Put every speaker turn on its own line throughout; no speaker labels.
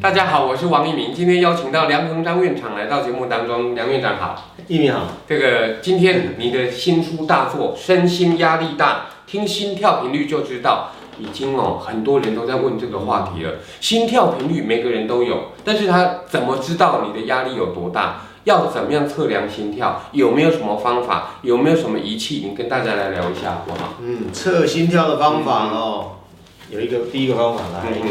大家好，我是王一鸣，今天邀请到梁鹏章院长来到节目当中。梁院长好，
一鸣好，
这个今天你的新书大作《身心压力大》，听心跳频率就知道，已经哦很多人都在问这个话题了。心跳频率每个人都有，但是他怎么知道你的压力有多大？要怎么样测量心跳？有没有什么方法？有没有什么仪器？你跟大家来聊一下好不好？
嗯，测心跳的方法哦，有一个第一个方法来，
嗯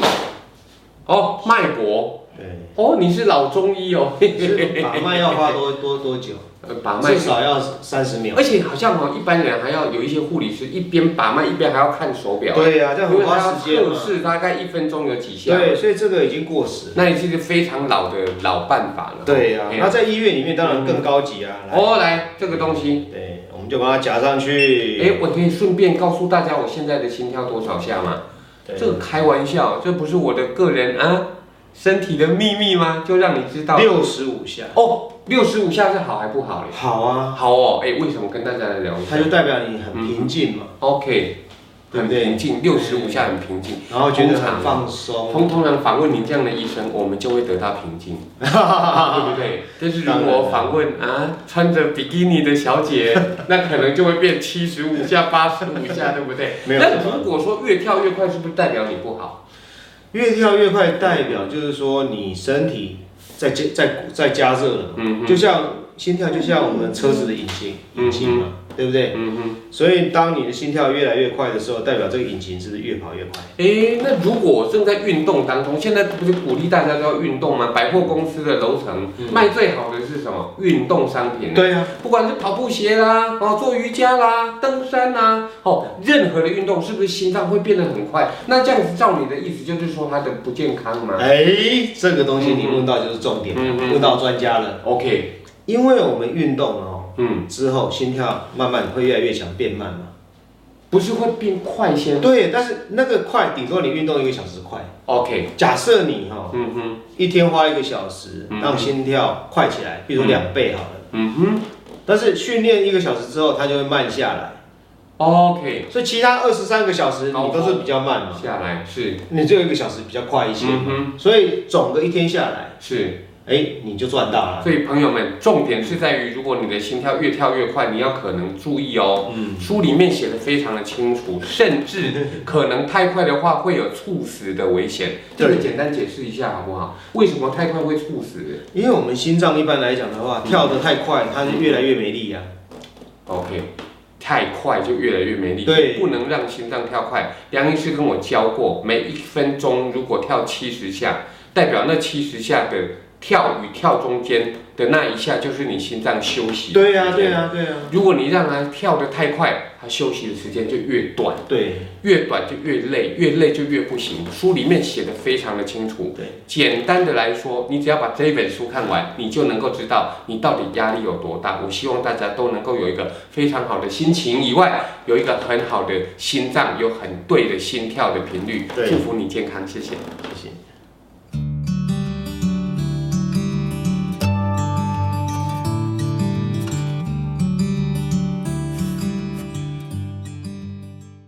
哦，脉搏。
对，
哦，你是老中医哦。
就是把脉要花 多多多久？
呃把脉
至少要三十秒。
而且好像哦，一般人还要有一些护理师一边把脉一边还要看手表，
对呀、这样
因为
很
他要
花时间
测
嘛。
试大概一分钟有几下。，
对，所以这个已经过时。
那也是一个非常老的老办法了。
对呀、
嘿
那在医院里面当然更高级啊。来，
哦，来这个东西，
对，我们就把它夹上
哎
去。，
我可以顺便告诉大家我现在的心跳多少下吗？
对
这个开玩笑，这不是我的个人啊身体的秘密吗？就让你知道
六十五下，
哦，六十五下是好还不好嘞？
好啊，
好哦，哎，为什么跟大家来聊一下
它就代表你很平静嘛，
？OK，
对
很
不对
平静，六十五下很平静。
然后觉得
嗯通常啊
很放松。
通通常访问你这样的医生，我们就会得到平 静，对不对？但是如果访问啊穿着比基尼的小姐，那可能就会变七十五下、八十五下，对不对？
没有
那如果说越跳越快，是不是代表你不好？
越跳越快，代表就是说你身体在加在在加热了，
嗯
就像心跳就像我们车子的引擎，
嗯
引擎嘛，对不对？
嗯哼，
所以当你的心跳越来越快的时候，代表这个引擎是不是越跑越快？
诶，那如果正在运动当中，现在不是鼓励大家都要运动吗？百货公司的楼层
嗯
卖最好的是什么？运动商品。
对啊，
不管是跑步鞋啦，哦，做瑜伽啦，登山啦，哦，任何的运动，是不是心脏会变得很快？那这样子，照你的意思，就是说它的不健康吗
哎，这个东西你问到就是重点，
嗯嗯
问到专家了，
？OK，
因为我们运动哦
嗯，
之后心跳慢慢会越来越强，变慢嘛。
不是会变快先
对，但是那个快，顶多你运动一个小时快。
？OK，
假设你哈、哦、
嗯哼，
一天花一个小时
嗯
让心跳快起来，比如说两倍好了。
嗯哼
但是训练一个小时之后，它就会慢下来，
，OK，
所以其他二十三个小时你都是比较慢嘛，
下来是，
你只有一个小时比较快一些，
嗯
所以总个一天下来，
哼，是。
哎，你就赚到了。
所以朋友们，重点是在于，如果你的心跳越跳越快，你要可能注意哦。
嗯，
书里面写的非常的清楚，甚至可能太快的话会有猝死的危险。这
对
个简单解释一下好不好？为什么太快会猝死
因为我们心脏一般来讲的话，跳得太快，它是越来越没力啊。
？OK，太快就越来越没力，
对
不能让心脏跳快。梁医师跟我教过，每一分钟如果跳七十下，代表那七十下的跳与跳中间的那一下就是你心脏休息。
对呀、啊，对。呀、啊，对呀、啊，
如果你让它跳得太快，它休息的时间就越短。
对，
越短就越累，越累就越不行。书里面写的非常的清楚。
对，
简单的来说，你只要把这一本书看完，你就能够知道你到底压力有多大。我希望大家都能够有一个非常好的心情，以外有一个很好的心脏，有很对的心跳的频率。
对
祝福你健康，谢谢。
谢谢。